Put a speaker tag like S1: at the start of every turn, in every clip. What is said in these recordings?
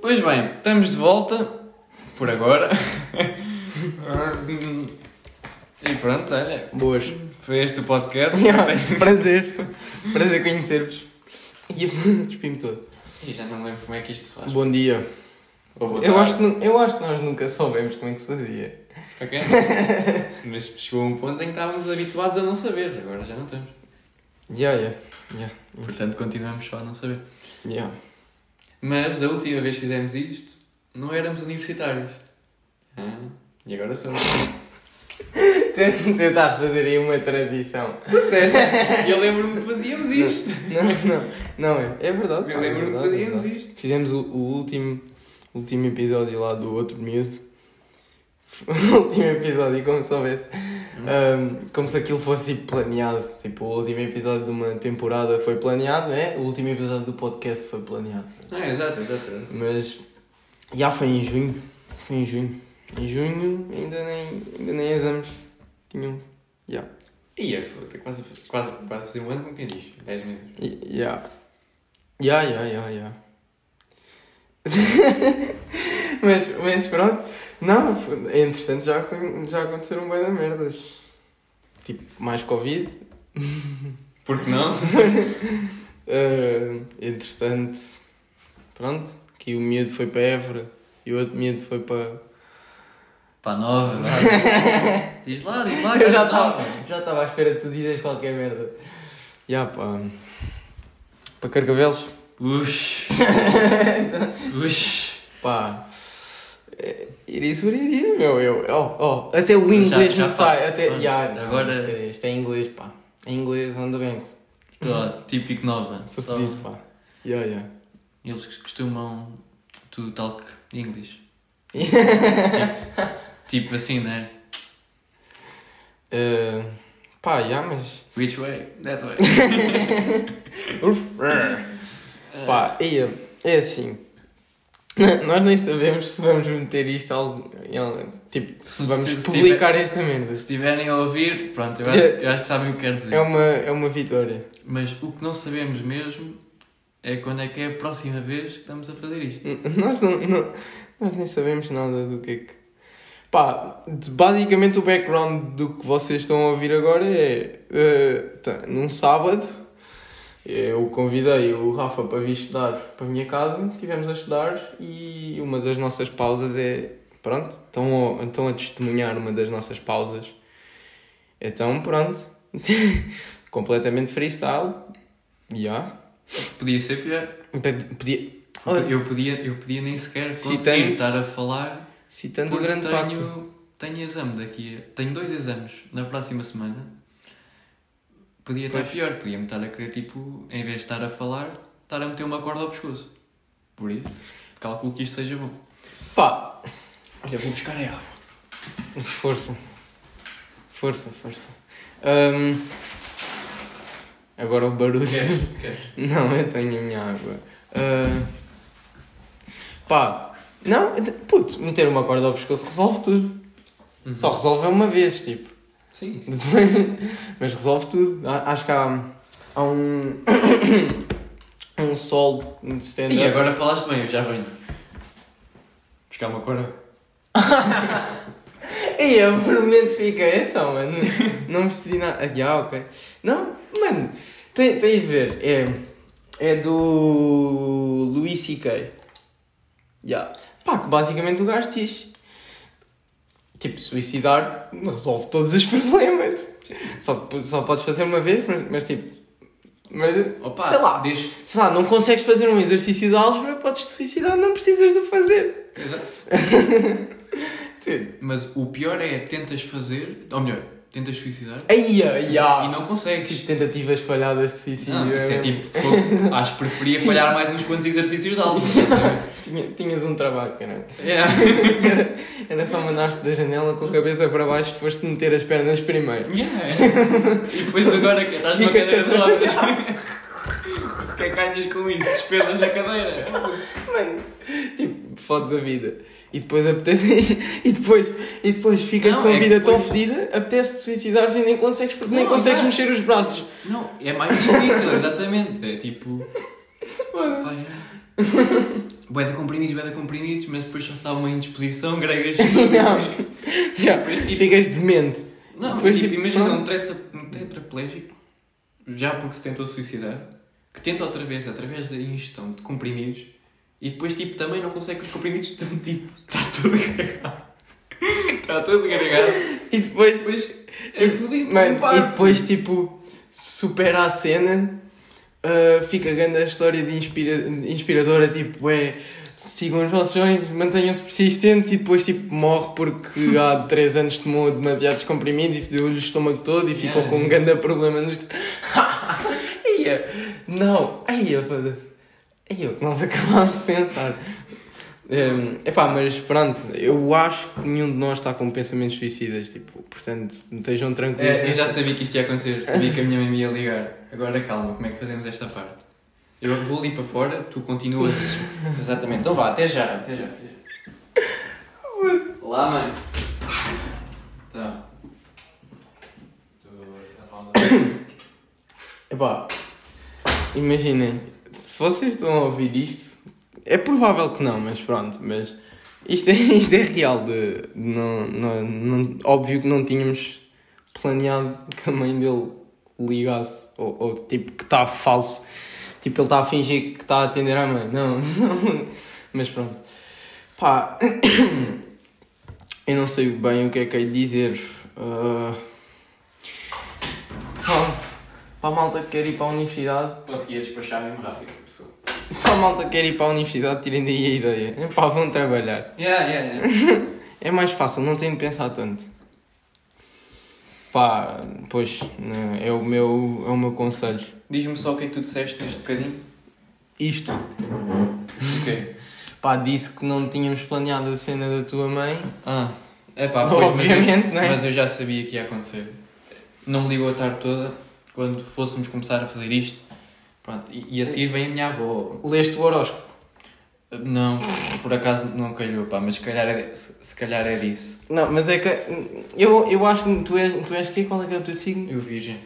S1: Pois bem, estamos de volta, por agora. e pronto, olha,
S2: Boas.
S1: foi este o podcast.
S2: Prazer. Prazer conhecer-vos. E despimo todo.
S1: E já não lembro como é que isto se faz.
S2: Bom dia.
S1: Ou boa
S2: Eu
S1: tarde.
S2: acho, que, nu- eu acho que nós nunca soubemos como é que se fazia.
S1: Ok? Mas chegou um ponto em que estávamos habituados a não saber, agora já não estamos.
S2: Ya, ya.
S1: Portanto, continuamos só a não saber.
S2: Ya.
S1: Mas da última vez que fizemos isto, não éramos universitários. Ah, e agora somos.
S2: Tentaste fazer aí uma transição.
S1: E é assim, eu lembro-me que fazíamos isto.
S2: Não, não. Não, é, é verdade.
S1: Eu
S2: pá, é
S1: lembro-me que
S2: verdade, é
S1: fazíamos
S2: verdade.
S1: isto.
S2: Fizemos o, o último, último episódio lá do outro miúdo. O último episódio, como se soubesse. Um, como se aquilo fosse planeado. Tipo, o último episódio de uma temporada foi planeado, né? O último episódio do podcast foi planeado.
S1: Ah, exato, exato.
S2: Mas já foi em junho. Foi em junho. Em junho ainda nem, ainda nem exames tinham.
S1: Ia, é foda, quase, quase, quase fazer um ano com quem diz. 10 meses.
S2: Ya. Ya, ya, ya, ya. mas, mas pronto. Não, foi- é interessante, já, acon- já aconteceram bem da merdas. Tipo, mais Covid.
S1: Porque não?
S2: Ah, entretanto, pronto, que o miúdo foi para Évora e o outro miúdo foi para.
S1: Pá, nova. vá. diz lá, diz lá,
S2: Eu já
S1: é
S2: estava
S1: nova.
S2: já estava à espera de tu dizes qualquer merda. Já pá. Para Carcavelos?
S1: Ux. Ux.
S2: Pá. É, It is what it is, meu. Eu, oh, oh, até o inglês
S1: já
S2: não
S1: sabe.
S2: sai. Até,
S1: Olha,
S2: já, não,
S1: agora-
S2: isto, é, isto é inglês, pá. É inglês on the banks.
S1: Tô, típico nova.
S2: Sou
S1: Só-
S2: fedido, pá. Ya, ya.
S1: Eles costumam to talk English. Tipo assim, né?
S2: Eh, Pá, já, mas.
S1: Which way? That way.
S2: Pá, é, é assim. Nós nem sabemos se vamos meter isto algo, em algum- tipo, se
S1: Eh, Se-
S2: vamos
S1: se- se
S2: publicar esta merda.
S1: Se estiverem a ouvir, pronto, eu acho, eu acho que sabem o que quero dizer.
S2: É uma, é uma vitória.
S1: Mas o que não sabemos mesmo é quando é que é a próxima vez que estamos a fazer isto.
S2: N- Nós, não, não- nós nem sabemos nada do que é que. Pá, de- basicamente o background do que vocês estão a ouvir agora é. eh, tá, num sábado, eu convidei o Rafa para vir estudar para a minha casa, estivemos a estudar e uma das nossas pausas é. Pronto, estão a, estão a testemunhar uma das nossas pausas. Então, pronto. Completamente freestyle. Já.
S1: Podia ser pior.
S2: Podia. Olha.
S1: Eu podia, eu podia nem sequer
S2: Se
S1: conseguir
S2: tens-
S1: estar a falar
S2: Citando o
S1: porque
S2: grande pacto.
S1: tenho, tenho exame daqui. a- Tenho dois exames na próxima semana. Podia estar
S2: Pois.
S1: pior, podia-me estar a querer, tipo, em vez de estar a falar, estar a meter uma corda ao pescoço. Por isso, calculo que isto seja bom.
S2: Pá!
S1: Olha, vou buscar a água.
S2: Força. Força, força. Ahm, Agora o barulho. é
S1: Queres? Queres?
S2: Não, eu tenho a minha água. Ah, Pá! Não, de- puto, meter uma corda ao pescoço resolve tudo.
S1: Uhum.
S2: Só resolve uma vez, tipo.
S1: Sim, sim.
S2: Depois... Mas resolve tudo. A- Acho que há, há um. um sol de stand-up.
S1: E agora falaste bem, eu já venho. Buscar uma corda.
S2: E eu por momentos fiquei, então, mano, não percebi nada. Ah, já, ok. Não, mano, te- tens de ver, é, é do Luís C.K. Já. Pá, que basicamente o gajo diz. Tipo, suicidar resolve todos os problemas. Só, que só podes fazer uma vez, mas, mas tipo. Mas,
S1: Opa,
S2: sei lá,
S1: Deixa...
S2: sei lá, não consegues fazer um exercício de álgebra, podes te suicidar, não precisas de o fazer. Tipo,
S1: Mas o pior é tentas fazer, ou melhor, tentas suicidar
S2: Aí, aí, ah.
S1: e não
S2: Tipo,
S1: consegues.
S2: tentativas falhadas de suicídio.
S1: Ah, isso é
S2: era-
S1: tipo, fogo. acho que preferia falhar mais uns quantos exercícios de álgebra. estás
S2: Tinha- tinhas um trabalho, caralho.
S1: a ver? É.
S2: Era, era só mandar-te da janela com a cabeça para baixo e foste meter as pernas primeiro.
S1: Yeah. E depois agora que estás numa
S2: Ficas
S1: cadeira de
S2: tentando-
S1: rodas. O que é que ganhas com isso? Despesas na cadeira.
S2: Mano, tipo, fodes a vida. E depois apetece. E depois, e depois ficas
S1: Não,
S2: com a
S1: é que
S2: vida tão
S1: depois-
S2: fedida, apetece-te suicidares e nem consegues, porque nem
S1: Não,
S2: consegues
S1: não.
S2: mexer os braços.
S1: Não, é mais difícil, exatamente. É tipo.
S2: Mano,
S1: Pá, é. Boeda comprimidos, boeda comprimidos, mas depois só está uma indisposição, gregas.
S2: Não. Já.
S1: Depois tipo.
S2: Ficas demente.
S1: Não,
S2: Depois,
S1: tipo,
S2: tipo,
S1: imagina
S2: pronto.
S1: um, tetra, um tetraplégico, já porque se tentou suicidar, que tenta outra vez, através da ingestão de comprimidos, e depois, tipo, também não consegue que os comprimidos, estão, tipo, está tudo carregado. Está tudo carregado.
S2: E depois.
S1: Depois é fodido,
S2: Mano,
S1: não para.
S2: e depois, tipo, supera a cena, ah, fica grande a história de inspira- inspiradora, tipo, é. Sigam os vossos sonhos, mantenham-se persistentes e depois, tipo, morre porque há 3 anos tomou demasiados comprimidos e fedeu-lhe o estômago todo e ficou
S1: Yeah.
S2: com um grande problema nos. Eia, não, eia, foda-se. Eia, o que nós acabámos de pensar. Hum, epá, mas pronto, eu acho que nenhum de nós está com pensamentos suicidas, tipo, portanto, estejam tranquilos.
S1: É, eu
S2: nessa-
S1: já sabia que isto ia acontecer, sabia que a minha mãe me ia ligar. Agora calma, como é que fazemos esta parte? Eu vou ali para fora, tu continuas.
S3: Exatamente. Então vá, até já, até já. até já. Olá, mãe.
S1: Tá.
S3: Então. Tu- a Paula-
S2: Epá, imaginem, se vocês estão a ouvir isto, é provável que não, mas pronto, mas isto é, isto é real, de, de não, não, não- óbvio que não tínhamos planeado que a mãe dele ligasse, ou, ou, tipo, que está falso, tipo, ele está a fingir que está a atender à mãe, não, não, mas pronto, pá, eu não sei bem o que é que hei de dizer, Ah, pá, para a malta que quer ir para a universidade,
S3: Conseguia despachar mesmo rápido, por favor.
S2: Para a malta quer ir para a universidade, tirem daí a ideia. É Pá, vão trabalhar.
S1: Yeah, yeah, yeah.
S2: É mais fácil, não têm de pensar tanto. Pá, pois, né, é o meu, é o meu conselho.
S1: Diz-me só o que é que tu disseste neste bocadinho.
S2: Isto.
S1: O quê?
S2: Pá, disse que não tínhamos planeado a cena da tua mãe.
S1: Ah, é pá, pois,
S2: Obviamente,
S1: mas, eu,
S2: não é?
S1: mas eu já sabia que ia acontecer. Não me ligou a tarde toda quando fôssemos começar a fazer isto. Pronto, e, e a seguir vem a minha avó.
S2: Leste o horóscopo.
S1: Não, por acaso não calhou, pá, mas se calhar é, se, se calhar é disso.
S2: Não, mas é que. Eu, eu acho que tu és. Tu és quê? Qual é que é o teu signo?
S1: Eu virgem.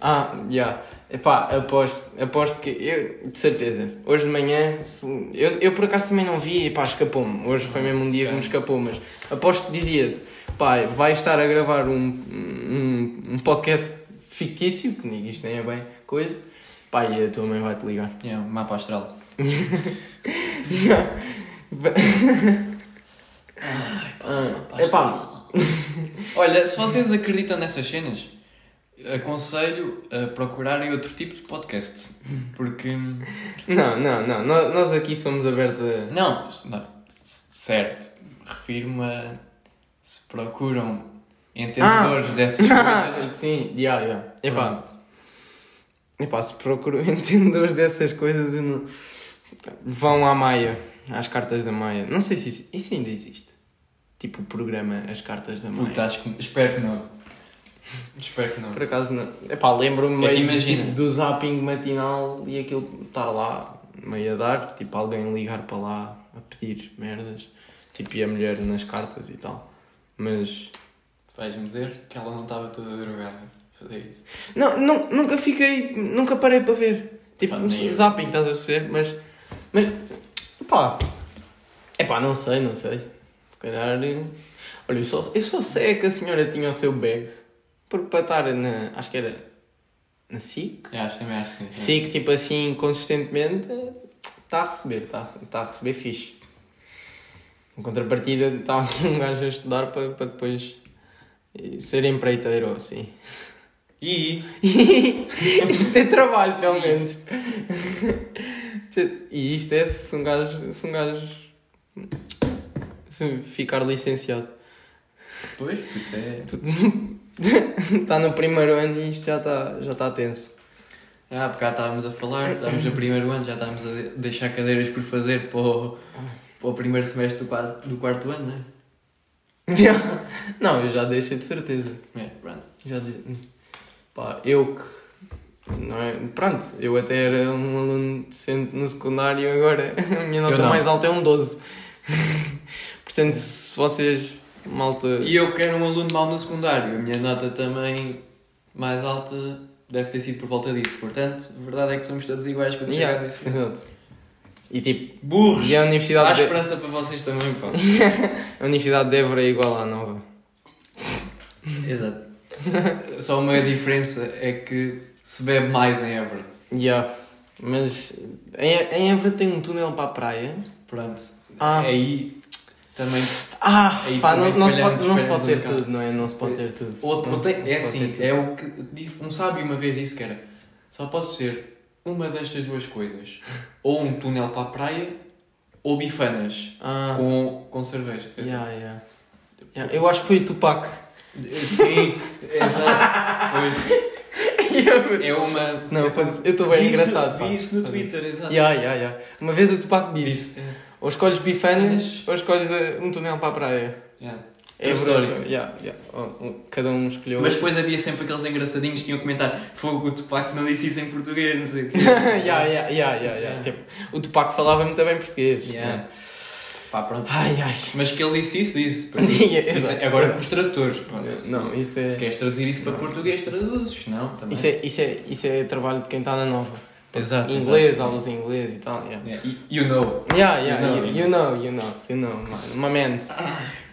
S2: Ah, já. Epá, aposto, aposto que. Eu, de certeza. Hoje de manhã. se- eu, eu por acaso também não vi, epá, escapou-me. Hoje foi mesmo um dia que me escapou, mas aposto que dizia-te: pai, vai estar a gravar um, um, um podcast fictício, que nem isto nem é bem coisa. Pá, e a tua mãe vai te ligar.
S1: É, um mapa astral.
S2: Ah,
S1: mapa
S2: epá,
S1: Olha, se vocês acreditam nessas cenas, aconselho a procurarem outro tipo de podcast. Porque.
S2: não, não, não. Nós, nós aqui somos abertos a.
S1: Não, não, c- certo. Refiro-me a se procuram entendedores dessas coisas.
S2: Sim, já, já. Epá.
S1: Hum.
S2: Epá, se procuro entendedores dessas coisas, eu não... vão à Maia, às cartas da Maia. Não sei se isso, isso ainda existe. Tipo o programa As Cartas da Maia.
S1: Puta, acho que- espero que não. Espero que não.
S2: Por acaso não. Epá, lembro-me
S1: É que
S2: meio
S1: imagina.
S2: tipo, do zapping matinal e aquilo estar lá meio a dar, tipo alguém ligar para lá a pedir merdas. Tipo, e a mulher nas cartas e tal. Mas.
S1: Vais-me dizer que ela não estava toda drogada a fazer isso.
S2: Não, não, nunca fiquei. Nunca parei para ver. Tipo,
S1: Pá, Ah, nem eu.
S2: zapping, estás a perceber? Mas. Mas. Pá. É pá, não sei, não sei. Se calhar. eh, Olha, eu só, eu só sei é que a senhora tinha o seu bag. Porque para estar na. Acho que era. Na SIC?
S1: É, acho também acho que sim.
S2: SIC, tipo assim, consistentemente. Está a receber, está tá a receber fixe. Em contrapartida, está um gajo a estudar para, para depois. eh, Ser empreiteiro ou assim
S1: E
S2: e ter trabalho, pelo menos. e isto é se um gajo. Se um gajo. Se ficar licenciado.
S1: depois, puta, é.
S2: Está tá no primeiro ano e isto já está já tá tenso.
S1: Ah, porque cá estávamos a falar, estávamos no primeiro ano, já estávamos a de- deixar cadeiras por fazer para o, para o primeiro semestre do quarto, do quarto ano, né?
S2: Já. Não, eu já deixei de certeza.
S1: É, pronto.
S2: Já de... Pá, eu que. Não é? Pronto, eu até era um aluno decente no secundário, agora a minha
S1: Eu
S2: nota
S1: não. É.
S2: mais alta é um 12. Portanto, se vocês, malta.
S1: E eu que era um aluno mau no secundário, a minha nota também mais alta deve ter sido por volta disso. Portanto, a verdade é que somos todos iguais quando
S2: Yeah,
S1: chegar a isso.
S2: Exato. E tipo,
S1: Burros!
S2: e a
S1: Há
S2: Universidade, de...
S1: esperança para vocês também, pá.
S2: a Universidade de Évora é igual à Nova.
S1: Exato. Só uma diferença é que se bebe mais em Évora.
S2: Yeah. Mas em, em Évora tem um túnel para a praia.
S1: Pronto.
S2: Ah.
S1: Aí também.
S2: Ah,
S1: É, Aí
S2: pá,
S1: também
S2: não, não se
S1: falhamos,
S2: pode, não se pode
S1: falhamos um
S2: ter
S1: bocado.
S2: tudo, não é? Não se pode ter tudo.
S1: Ou, ou
S2: Não-
S1: tem-
S2: não se
S1: é
S2: pode
S1: assim,
S2: ter tudo.
S1: é o que. diz- Um sábio uma vez disse que era: só pode ser uma destas duas coisas. Ou um túnel para a praia, ou bifanas
S2: Ah,
S1: com, com cerveja.
S2: yeah, yeah. Yeah, Eu acho que foi o Tupac.
S1: Eh, Sim, exato. Foi. É uma.
S2: Não, foda-se, eu estou
S1: Vi
S2: bem
S1: isso no-
S2: engraçado, pá.
S1: Vi isso no
S2: Foda-se.
S1: Twitter, exato.
S2: Yeah, yeah, yeah. Uma vez o Tupac disse:
S1: Disse. é,
S2: ou escolhes bifanas ou escolhes eh, um túnel para a praia.
S1: yeah.
S2: É
S1: Tá Histórico.
S2: verdade. Yeah, yeah. Oh, um- Cada um escolheu.
S1: Mas depois havia sempre aqueles engraçadinhos que iam comentar: Fogo, o Tupac não disse isso em português, não sei o quê.
S2: yeah, yeah, yeah, yeah,
S1: Yeah.
S2: yeah. Tipo, o Tupac falava muito bem português.
S1: Yeah. É. Pá, pronto.
S2: Ai, ai.
S1: Mas que ele disse isso, disse. pá.
S2: Yeah,
S1: Isso, é
S2: exato.
S1: agora com os tradutores. pronto.
S2: Não, isso
S1: Se
S2: é,
S1: queres traduzir isso para português, traduzes. Não, também.
S2: isso, é, isso, é, isso é trabalho de quem está na nova.
S1: Exato.
S2: Inglês,
S1: exato.
S2: aulas em inglês e tal. Yeah,
S1: Yeah. You- You know.
S2: yeah, yeah,
S1: You know,
S2: you, you know, you know, you know, man. My man's.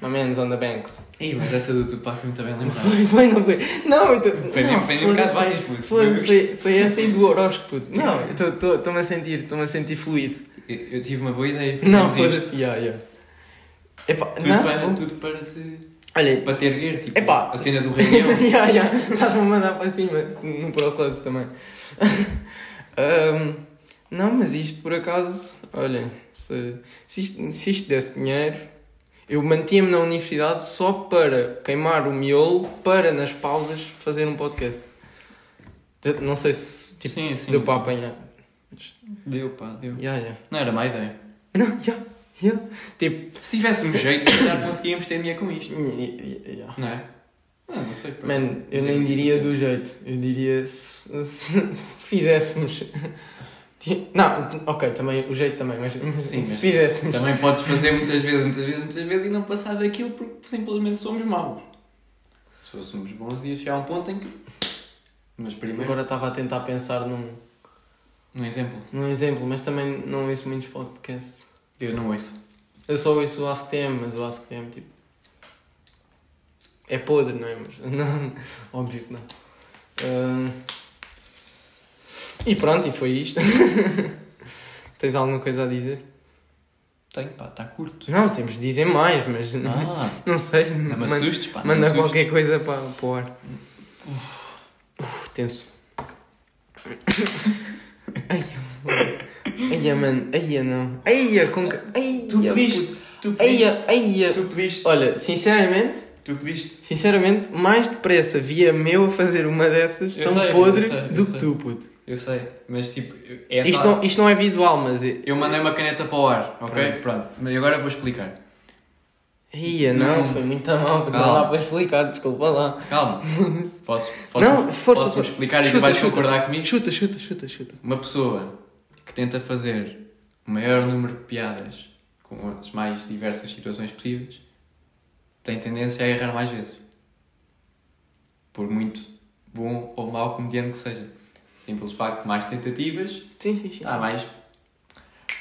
S2: My man's on the banks.
S1: Ei, mas essa do Tupac muito bem lembrada.
S2: Foi, foi, não foi. Não, eu tô,
S1: Foi
S2: não,
S1: bem- foi um bocado
S2: foda-se.
S1: várias, puto.
S2: Foi, foi, foi essa aí do horóscopo. Não, estou-me a sentir, estou-me a sentir fluido.
S1: Eu eu tive uma boa ideia.
S2: Não,
S1: fizemos isto.
S2: foda-se. Yeah, yeah. Epá,
S1: Tudo,
S2: não.
S1: para, tudo para te.
S2: Olha,
S1: para te erguer, tipo.
S2: Epá.
S1: A cena do reunião.
S2: Ya, ya, estás-me a mandar para cima no Pro Clubs também. Ahm, não, mas isto por acaso, olha, se, se, isto, se isto desse dinheiro, eu mantinha-me na universidade só para queimar o miolo para nas pausas fazer um podcast. De- Não sei se, tipo,
S1: Sim,
S2: se
S1: sim,
S2: deu
S1: sim.
S2: para apanhar.
S1: deu, pá, deu.
S2: Ya, ya.
S1: Não era má ideia.
S2: Não, ya, ya. Tipo,
S1: Se tivéssemos jeito, se calhar conseguíamos ter dinheiro com isto.
S2: ya, ya, ya.
S1: Não é? Ah, não sei. por acaso.
S2: Mano, eu nem diria do jeito. Eu diria se, se, se fizéssemos. Ti- Não, ok, também, o jeito também, mas
S1: Sim,
S2: se
S1: mas
S2: fizéssemos.
S1: Também podes fazer muitas vezes, muitas vezes, muitas vezes e não passar daquilo porque simplesmente somos maus. Se fôssemos bons, ia chegar a um ponto em que. Mas primeiro.
S2: Agora estava a tentar pensar num,
S1: Um exemplo.
S2: num exemplo, mas também não ouço muitos podcasts.
S1: Eu não ouço.
S2: Eu só ouço o AskTM, mas o AskTM, tipo. É podre, não é? Mas, não, óbvio que não. Ahm, e pronto, e foi isto. Tens alguma coisa a dizer?
S1: Tenho, pá, está curto.
S2: Não, temos de dizer mais, mas não,
S1: Ah,
S2: não sei.
S1: não me
S2: Man-
S1: assustes, pá. é não me
S2: Manda
S1: assustes.
S2: qualquer coisa para, para o ar. Uf, tenso. Ai, foda-se. Aia, mano, aia não. Aia, com que. Aia,
S1: Tu pediste. Tu
S2: puto.
S1: pediste.
S2: Aia, aia.
S1: Tu pediste.
S2: Olha, sinceramente,
S1: Tu pediste.
S2: sinceramente, mais depressa via meu a fazer uma dessas
S1: Eu
S2: tão
S1: sei, eu
S2: podre
S1: sei, eu
S2: do que
S1: sei.
S2: tu, puto.
S1: Eu sei, mas tipo. eu- É
S2: isto,
S1: tal-
S2: não, isto não é visual, mas. é-
S1: Eu mandei uma caneta para o ar, ok? Pronto. Mas agora vou explicar.
S2: Aia, não,
S1: Não.
S2: foi muito a mal, puto. não
S1: Calma.
S2: dá para explicar, desculpa lá.
S1: Calma. Posso, posso,
S2: Não, força,
S1: posso
S2: força.
S1: explicar e tu
S2: Chuta,
S1: vais
S2: chuta.
S1: concordar comigo?
S2: Chuta, chuta, chuta, chuta.
S1: Uma pessoa que tenta fazer o maior número de piadas com as mais diversas situações possíveis tem tendência a errar mais vezes. Por muito bom ou mau comediante que seja. Simples facto, mais tentativas,
S2: Sim, sim, sim.
S1: está Ah, mais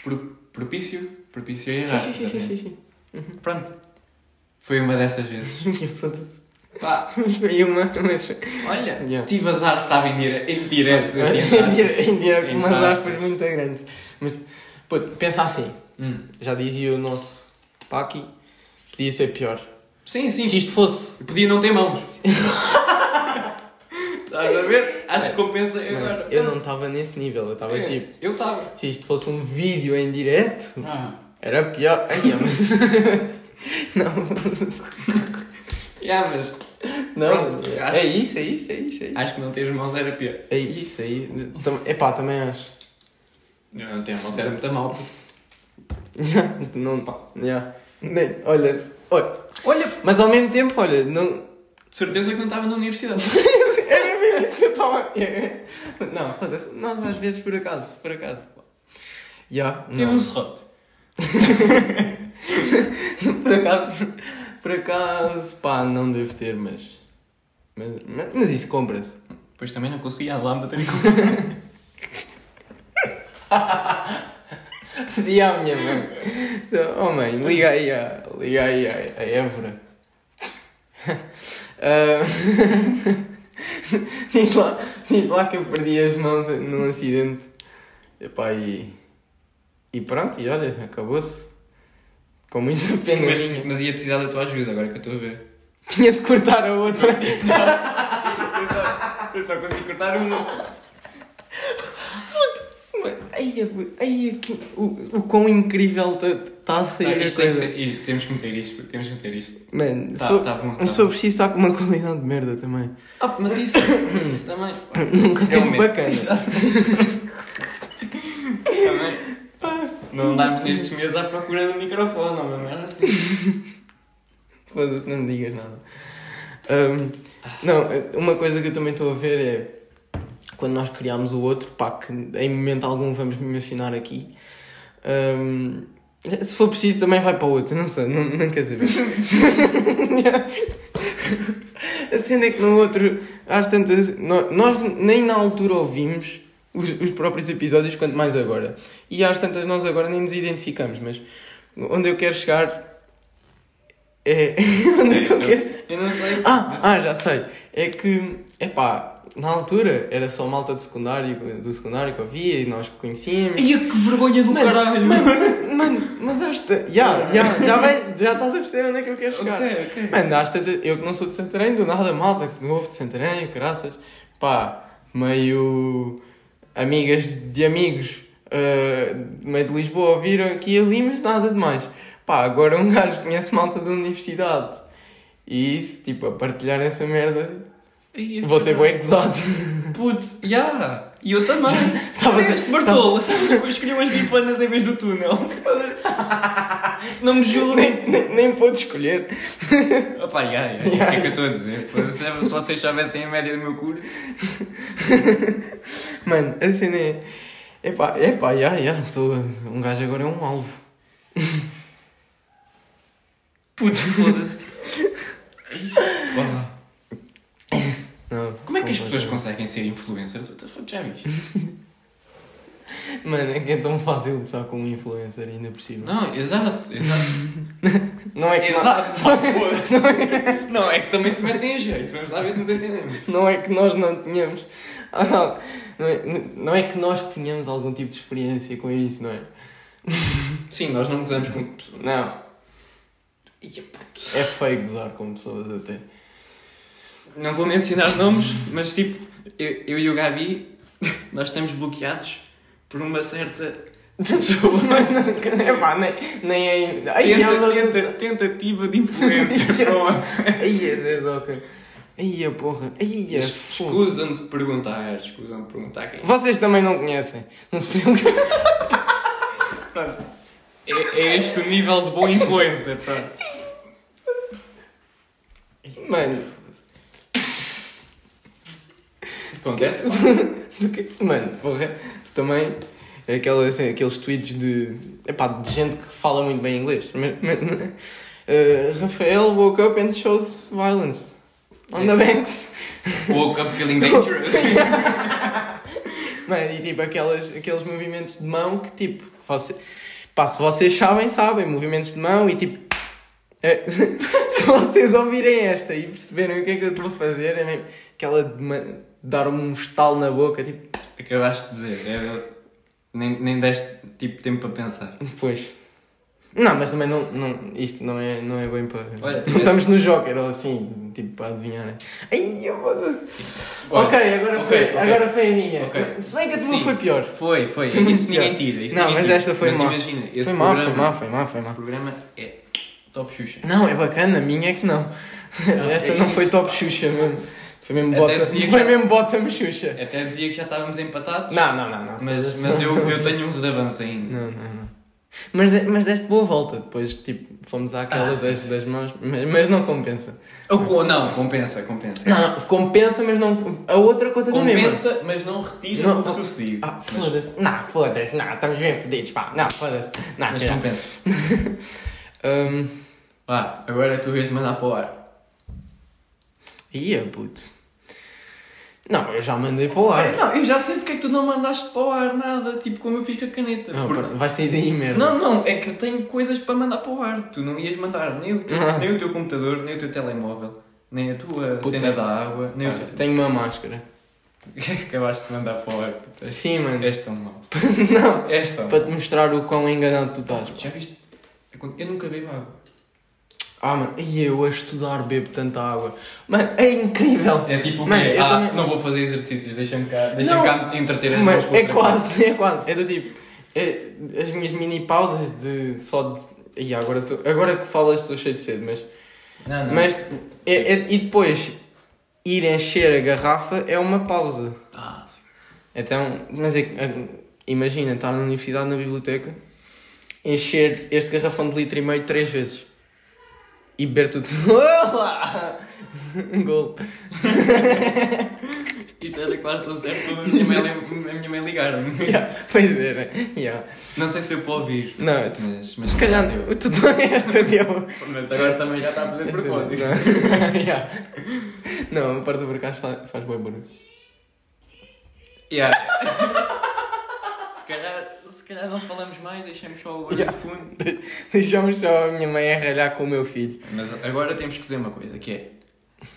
S1: pro- propício, propício a
S2: sim,
S1: errar.
S2: sim, sim, sim,
S1: exatamente.
S2: sim, sim.
S1: Pronto. Foi uma dessas vezes.
S2: Foda-se.
S1: Pá,
S2: Mas foi uma. Mas foi.
S1: olha,
S2: Yeah.
S1: tive azar que estava em, dire... em direto. Assim,
S2: Em dinheiro
S1: Entre
S2: com é, umas
S1: aspas.
S2: tá. aspas muito grandes. Mas, puto, pensa assim.
S1: Hum.
S2: Já dizia o nosso Paqui, podia ser pior.
S1: Sim, sim.
S2: Se isto fosse.
S1: Podia não ter mãos. Estás a ver? Acho que compensa agora.
S2: Mano, eu não estava nesse nível, eu estava
S1: É,
S2: tipo.
S1: Eu estava.
S2: Se isto fosse um vídeo em direto,
S1: Ah.
S2: era pior. Ai, mas...
S1: Yeah, mas
S2: Não,
S1: Pronto, acho-
S2: é isso, é isso, é isso. É isso,
S1: acho que não teres mãos era pior.
S2: é isso. É isso. Tam- Epá, também acho.
S1: Eu não ter mãos era muito mal.
S2: Não, pá. yeah. Nem, olha, olha.
S1: Olha,
S2: Mas ao mesmo tempo, olha, não,
S1: de certeza que não estava na universidade.
S2: Era mesmo isso que eu estava. Não, foda-se. Nós às vezes por acaso, por acaso. pá. Já,
S1: Tens um
S2: não.
S1: serrote.
S2: Por acaso, por acaso, pá, não devo ter, mas. Mas, mas, mas isso compra-se.
S1: Pois também não conseguia a lâmpada.
S2: Pedi à minha mãe. Então, oh mãe, liga aí à, liga aí à, à Évora. Ah, diz, lá, diz lá que eu perdi as mãos num acidente. Epá, e, e pronto, e olha, acabou-se. Com muita pena
S1: Mas,
S2: minha.
S1: mas ia precisar da tua ajuda agora que eu estou a ver.
S2: Tinha de cortar a outra.
S1: Eu só, eu só consigo cortar uma.
S2: Ai, a- ai, a que, o, o quão incrível está a sair
S1: Não,
S2: a
S1: isto tem que
S2: coisa.
S1: ser. e temos que meter isto, temos que meter isto.
S2: Mano,
S1: Tá,
S2: sou,
S1: tá bom, tá
S2: eu sou
S1: bom.
S2: preciso estar com uma qualidade de merda também.
S1: Ah, mas isso, isso também.
S2: Nunca
S1: É o
S2: teve
S1: mesmo.
S2: bacana.
S1: Exato. também. Não andarmos nestes meses à procura do microfone, não é merda assim.
S2: Foda-se, não me digas nada. Ahm, não, uma coisa que eu também estou a ver é quando nós criámos o outro, pá, que em momento algum vamos mencionar aqui. ahm, se for preciso, também vai para o outro, não sei, não, não quer saber. a cena é que no outro, às tantas, nó- nós nem na altura ouvimos os, os próprios episódios, quanto mais agora. E às tantas, nós agora nem nos identificamos, mas onde eu quero chegar é. onde é que eu quero.
S1: Eu não sei.
S2: Ah,
S1: Não sei.
S2: ah, já sei. É que, epá, na altura era só malta de secundário, do secundário que eu via e nós conhecíamos.
S1: Ia que vergonha do
S2: Mano,
S1: caralho!
S2: Mano, mano, mas esta. Já, já, já, vai, já estás a perceber onde é que eu quero chegar.
S1: ok, ok.
S2: Mano, às tantas- eu que não sou de Santarém, do nada malta, que novo de Santarém, graças, pá, meio amigas de amigos, ah, meio de Lisboa, viram aqui e ali, mas nada demais. Pá, agora um gajo conhece malta da universidade e isso, tipo, a partilhar essa merda,
S1: Ia que
S2: vou ser
S1: vergonha.
S2: bué exótico.
S1: Putz, já! E eu também!
S2: Tava-
S1: Olha este Bartolo! Esco- Escolhi umas bifanas em vez do túnel! Não me julguem!
S2: Nem, nem, nem pude escolher.
S1: Opa, já, já, o que é que eu estou a dizer? Pô, Se se vocês soubessem a média do meu curso.
S2: Mano, a cena é. Epá, epá, já, já, estou. Um gajo agora é um alvo.
S1: Putz, foda-se! Pá,
S2: Não,
S1: Como é que as pessoas
S2: completamente.
S1: conseguem ser influencers? What the fuck, já viste?
S2: Mano, é que é tão fácil de só com um influencer ainda por cima.
S1: Não, exato, exato.
S2: Não, é que nós,
S1: Exato, pá, foda-se! Não, é que também se metem a jeito, vamos lá ver se nos entendemos.
S2: não é que nós não tínhamos. Ah, não. Não é, não é que nós tínhamos algum tipo de experiência com isso, não é?
S1: Sim, nós não gozamos com pessoas.
S2: Não.
S1: Ia, puto.
S2: É feio gozar com pessoas até.
S1: Não vou mencionar nomes, mas tipo, eu, eu e o Gabi, nós estamos bloqueados por uma certa pessoa.
S2: Epá, nem, nem é. Ai,
S1: Tenta,
S2: ela-
S1: tenta, tentativa de influência. Pronto.
S2: Ai, é desoca. Ai, a porra. Ai, a fogo.
S1: Escusam de perguntar, escusam de perguntar quem
S2: Vocês também não conhecem. Não se preocupem.
S1: é. É este o nível de boa influencer, pronto.
S2: Mano,
S1: Acontece, pá.
S2: do que- Mano, porra. Tu também. Aquela, assim, aqueles tweets de. Epá, de gente que fala muito bem inglês. Mas- mas- Eh, Rafael woke up and shows violence. On the banks.
S1: Woke up feeling dangerous.
S2: Mano, e tipo aquelas, aqueles movimentos de mão que tipo. Você, pá, se vocês sabem, sabem. Movimentos de mão e tipo. é- se vocês ouvirem esta e perceberem o que é que eu estou a fazer, é mesmo aquela de ma- dar-me um estalo na boca, tipo.
S1: Acabaste de dizer, é era- Nem, nem deste tipo tempo para pensar.
S2: Pois. Não, mas também não, não, isto não é, não é bem para.
S1: Olha,
S2: não estamos no Joker ou assim, tipo, para adivinharem. Ai, eu foda-se.
S1: Olha,
S2: Ok, agora,
S1: ok,
S2: foi,
S1: ok.
S2: agora foi a minha.
S1: Ok.
S2: Se bem que a tua
S1: Sim.
S2: foi pior.
S1: Foi, foi.
S2: Foi muito
S1: Isso ninguém
S2: pior.
S1: tira. Isso
S2: Não,
S1: ninguém
S2: mas
S1: tira.
S2: esta foi
S1: Mas
S2: má.
S1: imagina, esse
S2: Foi má, foi
S1: programa-
S2: má, foi má, foi
S1: Esse
S2: má.
S1: programa é top Xuxa.
S2: Não, é bacana, a minha é que não.
S1: Não,
S2: Esta
S1: é
S2: não foi
S1: isso,
S2: top
S1: pá.
S2: Xuxa mesmo. Foi mesmo
S1: Até
S2: bottom,
S1: dizia que
S2: foi
S1: já-
S2: mesmo bottom Xuxa.
S1: Até dizia que já estávamos empatados.
S2: Não, não, não, não.
S1: Mas, mas eu, eu tenho uns de avanço ainda.
S2: Não, não, não. Mas, de- mas deste boa volta, depois tipo, fomos àquela
S1: Ah,
S2: das,
S1: sim, sim,
S2: das mãos, mas, mas não compensa.
S1: Ou co- não, compensa, compensa.
S2: Não, não, compensa, mas não. A outra conta da mesma.
S1: Compensa, mas não retira
S2: Não,
S1: o
S2: não.
S1: sucedido.
S2: Ah,
S1: Mas-
S2: foda-se. Não, foda-se, não, estamos bem fodidos, pá. Não, foda-se. Não,
S1: Mas,
S2: já.
S1: compensa.
S2: Hum,
S1: Vá, agora é a tua vez de mandar para o ar.
S2: Ia, puto. Não, eu já mandei para o ar.
S1: Não, eu já sei porque é que tu não mandaste para o ar nada, tipo como eu fiz com a caneta.
S2: Não,
S1: Porque-
S2: pera, vai sair daí merda.
S1: Não, não, é que eu tenho coisas para mandar para o ar. Tu não ias mandar nem o teu,
S2: Ah.
S1: nem o teu computador, nem o teu telemóvel, nem a tua
S2: Puta. Ah.
S1: cena da água, nem o
S2: Olha,
S1: teu...
S2: tenho uma máscara.
S1: Acabaste de mandar para o ar. puta.
S2: Sim, mano.
S1: És tão mau.
S2: Não.
S1: És tão
S2: Para te mostrar o quão enganado tu estás.
S1: mau. Já viste? Eu nunca bebo água.
S2: Ah, mano, e eu a estudar bebo tanta água. Mano, é incrível.
S1: É tipo o
S2: Mano,
S1: quê?
S2: eu
S1: Ah,
S2: também-
S1: não vou fazer exercícios, deixa-me cá, deixa
S2: Não.
S1: cá entreter as mãos
S2: Mas
S1: com
S2: é
S1: outra
S2: quase, é quase. É do tipo, é- as minhas mini pausas de só de. E agora, tu, agora que falas estou cheio de sede, mas.
S1: coisa. Ah, Não, não.
S2: mas é- é- e depois ir encher a garrafa é uma pausa.
S1: Ah, sim.
S2: Então, mas é, que, ah, imagina estar na universidade, na biblioteca, encher este garrafão de litro e meio três vezes e beber tudo. Olá! Gol.
S1: Isto era quase tão certo como a minha mãe, lem- a minha mãe ligar-me.
S2: Yeah, pois é, né? yeah.
S1: Não sei se deu para ouvir,
S2: Não, eu- se
S1: mas... mas
S2: calhar o tutor é esta deu.
S1: Mas agora também já está a fazer de propósito.
S2: Não, yeah. não a parte do barcaz faz, faz bem barulho.
S1: Yeah. se, calhar, se calhar não falamos mais, deixamos só o barulho
S2: Yeah.
S1: de fundo.
S2: Deixamos só a minha mãe a ralhar com o meu filho.
S1: Mas agora temos que dizer uma coisa, que é...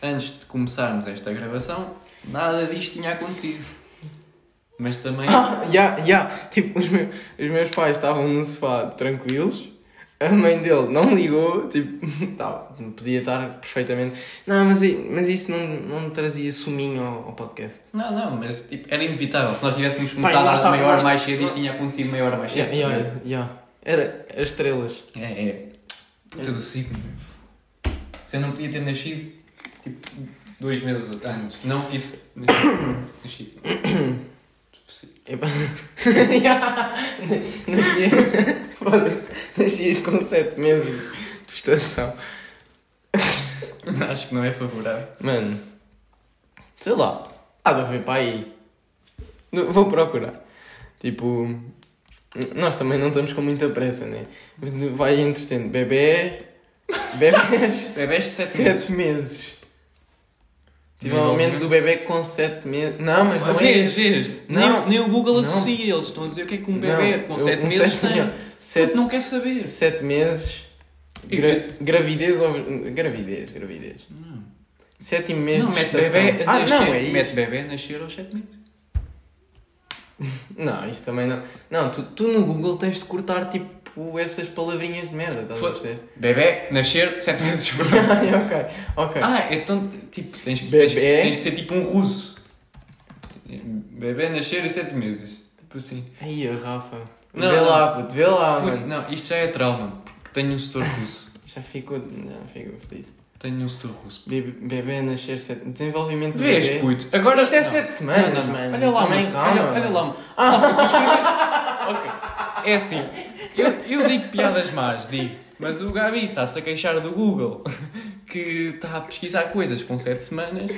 S1: Antes de começarmos esta gravação, nada disto tinha acontecido. Mas também...
S2: Ah, já, já. Tipo, os, meus- os meus pais estavam no sofá tranquilos. A mãe dele não ligou, tipo, tá, podia estar perfeitamente. Não, mas, i- mas isso não, não trazia suminho ao, ao podcast.
S1: Não, não, mas tipo, era inevitável. Se nós tivéssemos
S2: Pai,
S1: começado
S2: nós
S1: às
S2: estávamos-
S1: meia hora
S2: nós-
S1: mais cedo, isto tinha acontecido meia hora mais
S2: Já,
S1: cedo.
S2: já, já. Era as estrelas.
S1: É, é. Puta do signo. Se eu não podia ter nascido, tipo, dois meses antes. Não, isso. Nascido.
S2: Epá. Já. Nascias. Foda-se. Nascias com 7 meses de estação.
S1: Acho que não é favorável.
S2: Mano, sei lá, há de haver para aí. Não- Vou procurar. Tipo, n- nós também não estamos com muita pressa, né? Vai entretendo. Bebê, bebés,
S1: Bebés de 7 É meses.
S2: 7 meses. Tive um
S1: Não,
S2: aumento
S1: não.
S2: do bebê com 7 meses. Não, mas não é.
S1: Vês, vês.
S2: Não.
S1: Nem, nem o Google
S2: Não.
S1: associa. Eles estão a dizer o que é que um bebê com 7 meses tem. Puto,
S2: 7,
S1: Não quer saber.
S2: meses.
S1: E
S2: Gra- gravidez ou. Gravidez, gravidez.
S1: Não,
S2: 7 meses.
S1: não
S2: de
S1: mete
S2: gestação.
S1: bebê a
S2: Ah,
S1: nascer.
S2: não, é isso.
S1: mete bebê a nascer aos 7 meses.
S2: Não, isso também não. Não, tu, tu no Google tens de cortar tipo essas palavrinhas de merda, estás a
S1: Foi-
S2: perceber?
S1: Bebê, nascer, 7 meses.
S2: ok, ok.
S1: Ah, então, tipo, tens, que-
S2: Bebé.
S1: tens que- tens que ser tipo um russo. Bebê nascer e 7 meses. Tipo assim.
S2: Aí a Rafa.
S1: Não,
S2: vê
S1: não.
S2: lá, puto, vê lá,
S1: Puto,
S2: Ah, mano.
S1: não, isto já é trauma. porque Tenho um setor russo.
S2: Já ficou. Já ficou fedido.
S1: Tenho um setor russo.
S2: Bebê, bebê nascer sete. Desenvolvimento do
S1: Vês,
S2: bebê.
S1: puto. Agora
S2: Isto é
S1: não.
S2: sete semanas,
S1: Não, não, não.
S2: mano.
S1: Olha lá,
S2: Também
S1: mas,
S2: calma,
S1: olha, olha lá. Ah, ok. É assim. Eu, eu digo piadas más, digo. Mas o Gabi está-se a queixar do Google que está a pesquisar coisas com 7 semanas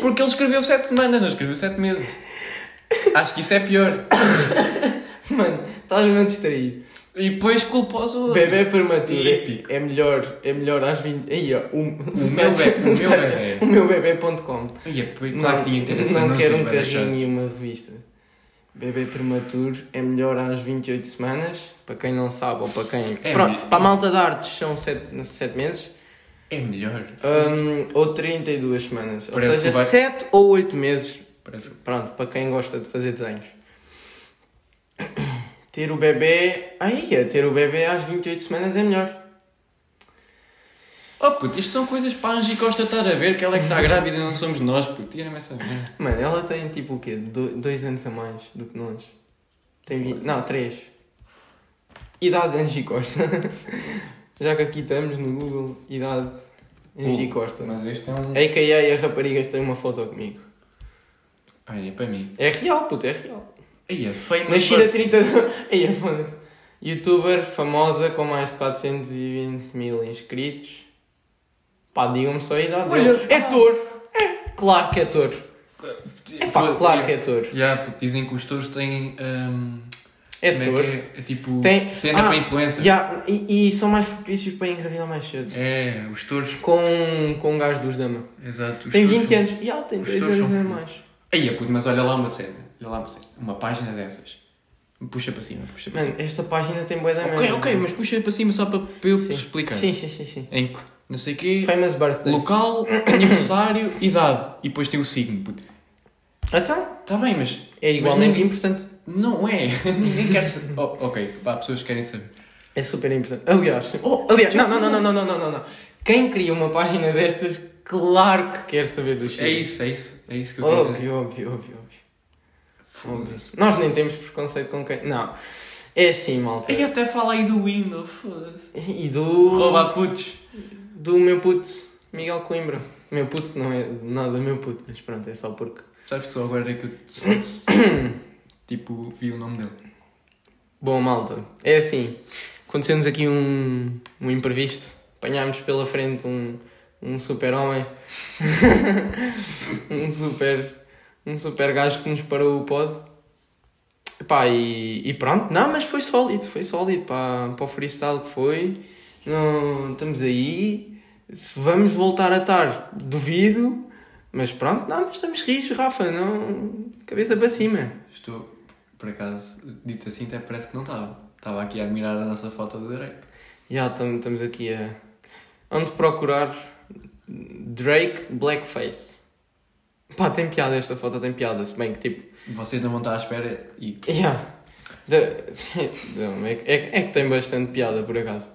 S1: porque ele escreveu 7 semanas, não escreveu 7 meses. Acho que isso é pior.
S2: Mano, estás-me a distrair.
S1: E depois culpa os outros.
S2: Bebê prematuro.
S1: E épico.
S2: É melhor, é melhor às 20. Aí, ó. O,
S1: meu bebé, o meu bebé.
S2: O meu bebê.com.
S1: Ai, é, pois, claro que tinha interesse.
S2: não quero um
S1: sei se vai
S2: carrinho e uma revista. Bebê prematuro é melhor às 28 semanas, para quem não sabe ou para quem.
S1: É
S2: Pronto,
S1: mesmo.
S2: para a malta de artes são 7, meses
S1: deixar. É melhor.
S2: hum, ou 32 semanas.
S1: Parece
S2: ou
S1: que
S2: seja,
S1: vai-
S2: 7 ou 8 meses.
S1: Parece que
S2: Pronto, para quem gosta de fazer desenhos. Ter o bebê. Ai, é, ter o bebê às 28 semanas é melhor.
S1: Oh puto, isto são coisas para a Angie Costa estar a ver que ela é que está grávida e não somos nós, puto. Tira-me essa merda.
S2: Mano, ela tem tipo o quê? 2 anos a mais do que nós. Tem vi- Não, 3. Idade Angie Costa. Já que aqui estamos no Google, idade Angie
S1: Uh,
S2: Costa.
S1: Mas este é um.
S2: AKA a rapariga que tem uma foto comigo.
S1: Ai, é para mim.
S2: É real, puto, é real.
S1: Ai, é feio, mas.
S2: Nascida 30 de... Ai, é foda-se. Youtuber famosa com mais de 420 mil inscritos. Pá, digam-me só a idade
S1: Olha,
S2: dele. É
S1: pá.
S2: touro. É, claro que é touro. É pá,
S1: Foi-
S2: claro que é touro.
S1: Já, puto, dizem que os touros têm. ahm,
S2: É
S1: como
S2: touro.
S1: É, que é? É tipo.
S2: Tem-
S1: Cena
S2: Ah,
S1: para influencer.
S2: Ya, e, e são mais propícios para engravidar mais cedo.
S1: É, os touros.
S2: Com, com um gajo dos dama.
S1: Exato. os
S2: tem 20
S1: touros são-
S2: anos. E ela tem
S1: os
S2: 3
S1: touros
S2: anos
S1: são
S2: a
S1: fodidos.
S2: mais.
S1: Aí, puto, mas olha lá uma cena. Olha lá uma cena. Uma página dessas. Puxa para cima, puxa para
S2: Mano,
S1: cima.
S2: esta página tem boa da
S1: Ok, ok, mas puxa para cima só para, para eu
S2: Sim.
S1: explicar.
S2: Sim, sim, sim, sim.
S1: Em que, não sei o quê,
S2: Famous birthdays.
S1: local, aniversário, idade. E depois tem o signo, puto.
S2: Então,
S1: Está Tá bem, mas
S2: é igualmente
S1: ninguém-
S2: importante.
S1: não é. Ninguém quer saber. Oh, ok, pá, pessoas querem saber.
S2: É super importante. Aliás,
S1: Oh,
S2: aliás, não, não, não, não, não, não, não, não, não. Quem cria uma página destas, claro que quer saber dos
S1: É
S2: signos.
S1: isso, é isso. É isso que eu
S2: Oh,
S1: quero dizer.
S2: Óbvio, óbvio, óbvio, óbvio.
S1: Foda-se.
S2: Nós nem temos preconceito com quem. Não. É assim, malta.
S1: E até fala aí do Windows, foda-se.
S2: E do.
S1: Rouba a putos.
S2: Do meu puto, Miguel Coimbra. Meu puto que não é de nada meu puto, mas pronto, é só porque.
S1: Sabes que só agora é que eu tipo, vi o nome dele.
S2: Bom, malta, é assim. Aconteceu-nos aqui um, um imprevisto. Apanhámos pela frente um, um super-homem. um super. Um super gajo que nos parou o pod. Pá, e, e pronto. Não, mas foi sólido, foi sólido para, para o freestyle que foi. Não, estamos aí. Se vamos voltar a estar, duvido. Mas pronto, não, mas estamos rios, Rafa. Não, cabeça para cima.
S1: Estou, por acaso, dito assim, até parece que não estava. Estava aqui a admirar a nossa foto do Drake.
S2: Já estamos aqui a. Onde procurar Drake Blackface. Pá, tem piada esta foto, tem piada, se bem que tipo.
S1: Vocês não vão estar à espera e.
S2: já Da- Não, é, que- é que- é que tem bastante piada por acaso.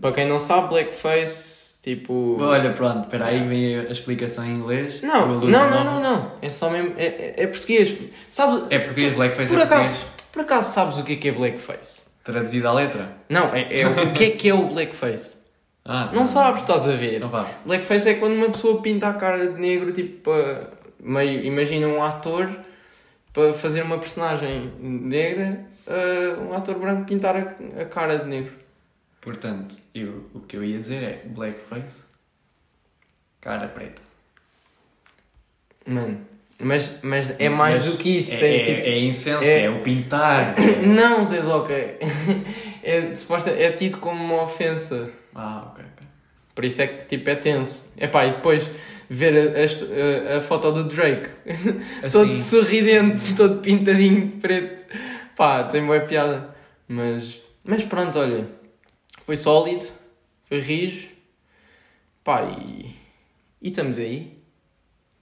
S2: Para quem não sabe, blackface, tipo.
S1: Olha, pronto, espera aí, vem a explicação em inglês.
S2: Não,
S1: O
S2: não,
S1: aluno
S2: não,
S1: nova-
S2: não, não. É só mesmo. É, é- é português. Sabes.
S1: É português, Blackface
S2: Por
S1: é
S2: acaso-
S1: português.
S2: Por acaso sabes o que é que é blackface?
S1: Traduzido à letra.
S2: Não, é, é o o que é que é o blackface?
S1: Ah, tá.
S2: Não sabes, estás a ver.
S1: Então vá.
S2: Blackface é quando uma pessoa pinta a cara de negro, tipo, para- meio, imagina um ator para fazer uma personagem negra, ah, um ator branco pintar a, a cara de negro.
S1: Portanto, eu, o que eu ia dizer é Blackface, cara preta.
S2: Mano, mas, mas é mais
S1: Mas
S2: do que isso.
S1: é,
S2: tem,
S1: é,
S2: tipo-
S1: é incenso,
S2: é-
S1: é... o pintar.
S2: Não, Zé Zoca. é, suposta, é tido como uma ofensa.
S1: ah, ok, ok.
S2: Por isso é que tipo, é tenso. Epá, e depois ver a, esta- a- a foto do Drake todo
S1: Assim,
S2: sorridente, todo pintadinho de preto. Pá, tem boa piada. Mas, mas pronto, olha. Foi sólido, foi rijo. Pá, e. E estamos aí.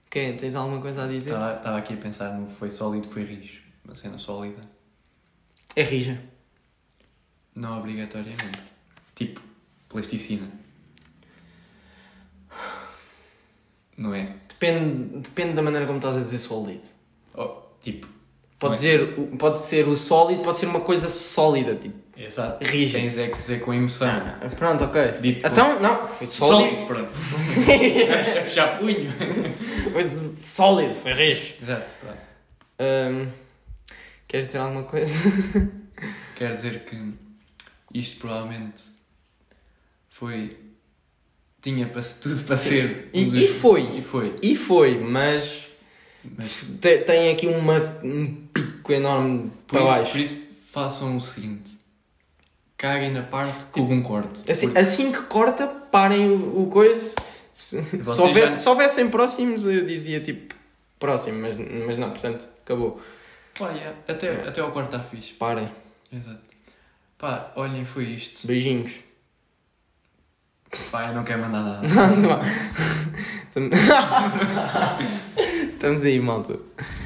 S2: Quem? Tens alguma coisa a dizer?
S1: estava aqui a pensar no foi sólido, foi rijo. Uma cena sólida.
S2: É rija.
S1: Não obrigatoriamente. Tipo, plasticina. Não é?
S2: Depende, depende da maneira como estás a dizer sólido.
S1: Oh, tipo,
S2: Pode,
S1: Como é?
S2: dizer, o- pode ser o sólido, pode ser uma coisa sólida, tipo.
S1: exato.
S2: Rija.
S1: Tens é que dizer com emoção.
S2: Ah, Pronto, ok.
S1: Dito com-
S2: então, não, foi sólido.
S1: Sólido, pronto. é fechar punho.
S2: Foi sólido, foi rijo.
S1: Exato, pronto.
S2: Ahm, queres dizer alguma coisa?
S1: Quer dizer que isto provavelmente foi. tinha pa- tudo para ser.
S2: E-
S1: um dos-
S2: e foi.
S1: E foi.
S2: E foi, mas
S1: Mas
S2: te- tem aqui uma, um pico enorme
S1: por
S2: para
S1: isso,
S2: baixo.
S1: por isso façam o seguinte: caguem na parte que houve um corte.
S2: Assim, assim que corta, parem o, o coisa. Se,
S1: Vocês
S2: se houver-
S1: já-
S2: se houvessem próximos, eu dizia tipo próximo, mas, mas não, portanto, acabou.
S1: Pá, yeah, até, até ao corte está fixe.
S2: Parem.
S1: Exato. Pá, olhem, foi isto.
S2: Beijinhos.
S1: Pá, eu não quero mandar nada.
S2: Não há. Tam- Estamos aí, malta.